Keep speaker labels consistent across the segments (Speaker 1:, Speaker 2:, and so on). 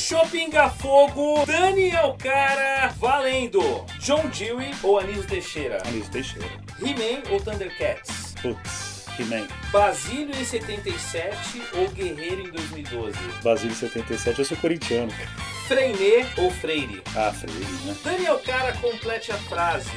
Speaker 1: Shoppinga Fogo, Daniel Cara, Valendo, John Dewey ou Anísio Teixeira,
Speaker 2: Anísio Teixeira.
Speaker 1: He-Man ou Thundercats,
Speaker 2: Putz, He-Man.
Speaker 1: Basílio em 77 ou Guerreiro em 2012,
Speaker 2: Basílio 77, eu sou corintiano.
Speaker 1: Freinê ou Freire.
Speaker 2: Ah, Freire, né?
Speaker 1: Daniel Cara complete a frase,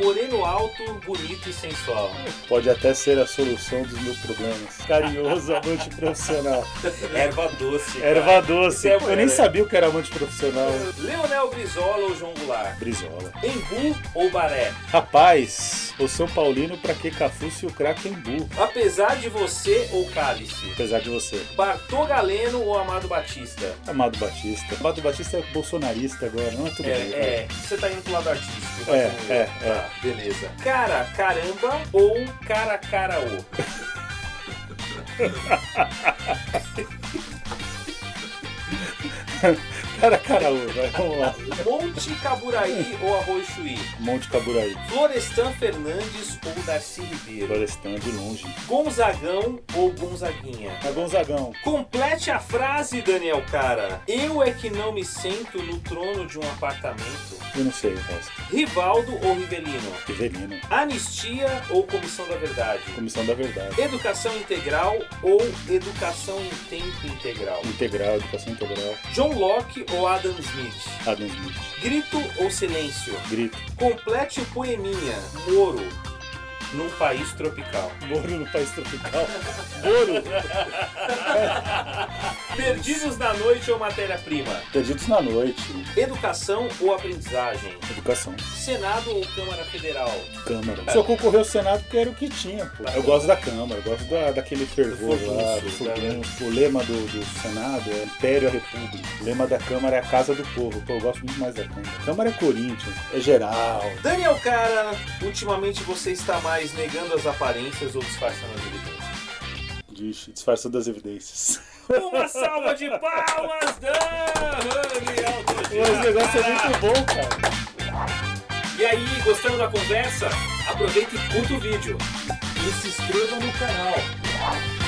Speaker 1: moreno alto, bonito e sensual.
Speaker 2: Pode até ser a solução dos meus problemas. Carinhoso, amante profissional.
Speaker 1: Erva doce, cara.
Speaker 2: Erva doce.
Speaker 1: Isso é
Speaker 2: eu nem
Speaker 1: bom, né?
Speaker 2: sabia o que era amante profissional.
Speaker 1: Leonel Brizola ou João Goulart?
Speaker 2: Brizola.
Speaker 1: Embu ou Baré?
Speaker 2: Rapaz, o São Paulino pra que Cafu se o craque Embu?
Speaker 1: Apesar de você ou Cálice?
Speaker 2: Apesar de você.
Speaker 1: Bartô Galeno ou Amado Batista?
Speaker 2: Amado Batista. Amado Batista é bolsonarista agora, não é tudo bem.
Speaker 1: É, é, você tá indo pro lado artístico.
Speaker 2: É,
Speaker 1: tá com-
Speaker 2: é,
Speaker 1: tá, beleza. Cara, caramba ou cara, caraô?
Speaker 2: Cara, cara, ô, vai, vamos lá.
Speaker 1: Monte Caburaí ou Arroz Chuí?
Speaker 2: Monte Caburaí.
Speaker 1: Florestan Fernandes ou Darcy Ribeiro?
Speaker 2: Florestan de longe.
Speaker 1: Gonzagão ou Gonzaguinha?
Speaker 2: É Gonzagão.
Speaker 1: Complete a frase, Daniel Cara. Eu é que não me sento no trono de um apartamento.
Speaker 2: Eu não sei o resto.
Speaker 1: Rivaldo ou Rivelino?
Speaker 2: Riverino.
Speaker 1: Anistia ou Comissão da Verdade?
Speaker 2: Comissão da Verdade.
Speaker 1: Educação integral ou educação em tempo integral?
Speaker 2: Integral, educação integral.
Speaker 1: John Locke ou Adam Smith?
Speaker 2: Adam Smith.
Speaker 1: Grito ou silêncio?
Speaker 2: Grito.
Speaker 1: Complete o poeminha Moro num país tropical.
Speaker 2: Moro no país tropical. Moro.
Speaker 1: Perdidos na noite ou matéria-prima?
Speaker 2: Perdidos na noite.
Speaker 1: Educação ou aprendizagem?
Speaker 2: Educação.
Speaker 1: Senado ou Câmara Federal?
Speaker 2: Câmara. Só concorreu ao Senado porque era o que tinha, pô. Eu gosto da Câmara, eu gosto da, daquele fervor
Speaker 1: Do
Speaker 2: lá,
Speaker 1: furdunço,
Speaker 2: do
Speaker 1: tá, né?
Speaker 2: furdunço. O lema do, do Senado é Império à República. O lema da Câmara é a Casa do Povo. Pô, eu gosto muito mais da Câmara. Câmara é Corinthians, é geral.
Speaker 1: Daniel Cara, ultimamente você está mais negando as aparências ou disfarçando as evidências?
Speaker 2: Ixi, disfarça das evidências.
Speaker 1: Uma salva de palmas, Daniel
Speaker 2: Mas o negócio é muito bom, cara.
Speaker 1: E aí, gostando da conversa? Aproveita e curta o vídeo.
Speaker 3: E se inscreva no canal.